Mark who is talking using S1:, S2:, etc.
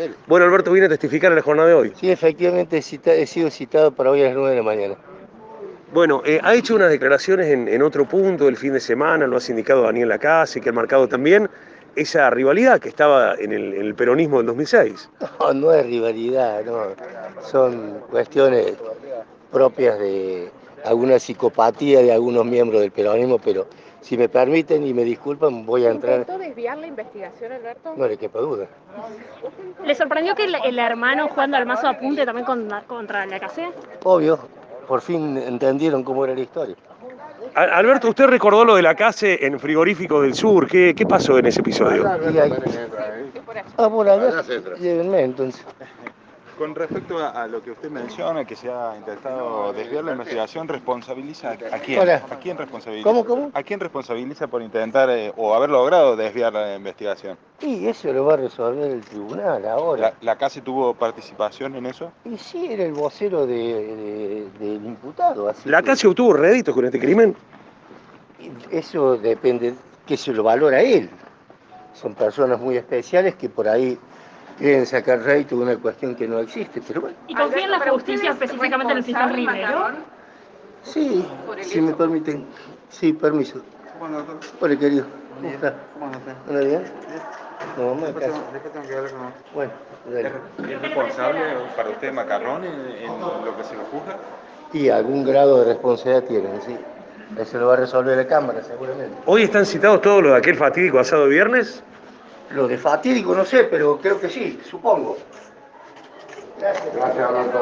S1: él.
S2: Bueno, Alberto, viene a testificar en la jornada de hoy.
S1: Sí, efectivamente cita- he sido citado para hoy a las 9 de la mañana.
S2: Bueno, eh, ha hecho unas declaraciones en, en otro punto del fin de semana, lo ha sindicado Daniel Lacase, que ha marcado también esa rivalidad que estaba en el, en el peronismo del 2006.
S1: No, no es rivalidad, no. Son cuestiones propias de alguna psicopatía de algunos miembros del peronismo, pero si me permiten y me disculpan, voy a entrar.
S3: ¿Intentó desviar la investigación, Alberto?
S1: No le quepa duda.
S4: ¿Le sorprendió que el, el hermano Juan de Almazo apunte también con- contra la casé?
S1: Obvio, por fin entendieron cómo era la historia.
S2: A- Alberto, usted recordó lo de Lacase en Frigoríficos del Sur. ¿Qué, qué pasó en ese episodio?
S1: Y ahí-
S3: Sí, por allá.
S1: Ah, bueno, allá,
S5: Allá se entra.
S1: llévenme entonces.
S6: Con respecto a, a lo que usted menciona, que se ha intentado desviar la investigación, ¿responsabiliza a, a quién?
S1: Hola.
S6: ¿A quién responsabiliza?
S1: ¿Cómo, cómo?
S6: ¿A quién responsabiliza por intentar eh, o haber logrado desviar la investigación?
S1: Y eso lo va a resolver el tribunal ahora.
S6: ¿La, la CASE tuvo participación en eso?
S1: Y sí, era el vocero de, de- del imputado. Así que-
S2: ¿Lacase obtuvo réditos con este crimen?
S1: Eso depende que se lo valora él. Son personas muy especiales que por ahí quieren sacar rédito de una cuestión que no existe. Pero bueno,
S4: ¿Y confía en la
S3: Alberto, ¿pero
S4: justicia
S3: usted es
S4: específicamente en el fiscal
S3: responsable,
S4: Rivero?
S3: Macarrón?
S1: sí,
S3: Por el
S1: si me
S3: hecho.
S1: permiten. Sí, permiso. Hola, querido. ¿Cómo estás? ¿Hola, bien? No, mamá, acá. Bueno, dale.
S6: ¿Es responsable para usted Macarrón en, lo que se lo juzga?
S1: Y algún grado de responsabilidad tienen, sí. Eso lo va a resolver la Cámara, seguramente.
S2: ¿Hoy están citados todos los de aquel fatídico asado de viernes?
S1: Lo de fatídico no sé, pero creo que sí, supongo. Gracias.